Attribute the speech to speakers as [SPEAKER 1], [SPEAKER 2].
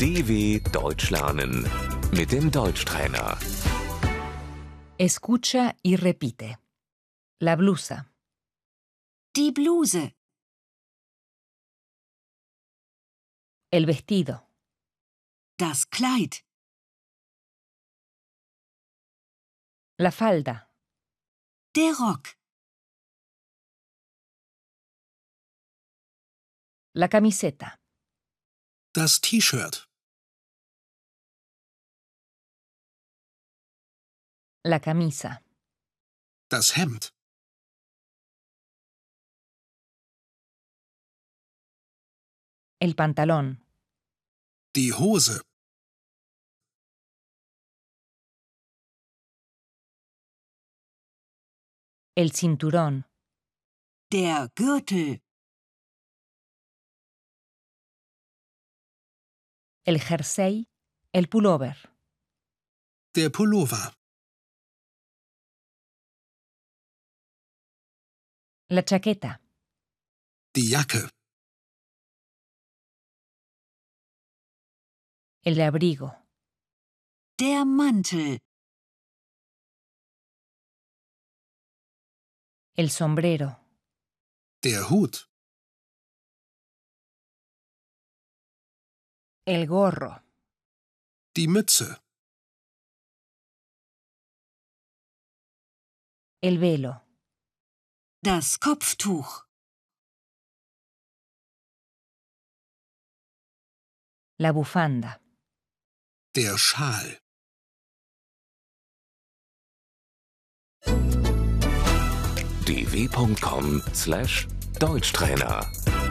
[SPEAKER 1] DW Deutsch lernen mit dem Deutschtrainer.
[SPEAKER 2] Escucha y repite. La blusa,
[SPEAKER 3] Die Bluse,
[SPEAKER 2] el vestido,
[SPEAKER 3] das Kleid,
[SPEAKER 2] la falda,
[SPEAKER 3] der Rock,
[SPEAKER 2] la camiseta,
[SPEAKER 4] Das T-Shirt.
[SPEAKER 2] la camisa,
[SPEAKER 4] Das Hemd.
[SPEAKER 2] el pantalón,
[SPEAKER 4] Die Hose.
[SPEAKER 2] el cinturón,
[SPEAKER 3] der Gürtel,
[SPEAKER 2] el jersey, el pullover,
[SPEAKER 4] Der Pullover.
[SPEAKER 2] la chaqueta,
[SPEAKER 4] Die Jacke.
[SPEAKER 2] el abrigo,
[SPEAKER 3] der Mantel,
[SPEAKER 2] el sombrero,
[SPEAKER 4] Der Hut.
[SPEAKER 2] el gorro,
[SPEAKER 4] Die Mütze.
[SPEAKER 2] el velo,
[SPEAKER 3] das Kopftuch,
[SPEAKER 2] la bufanda,
[SPEAKER 4] Der Schal.
[SPEAKER 1] dw.com/deutschtrainer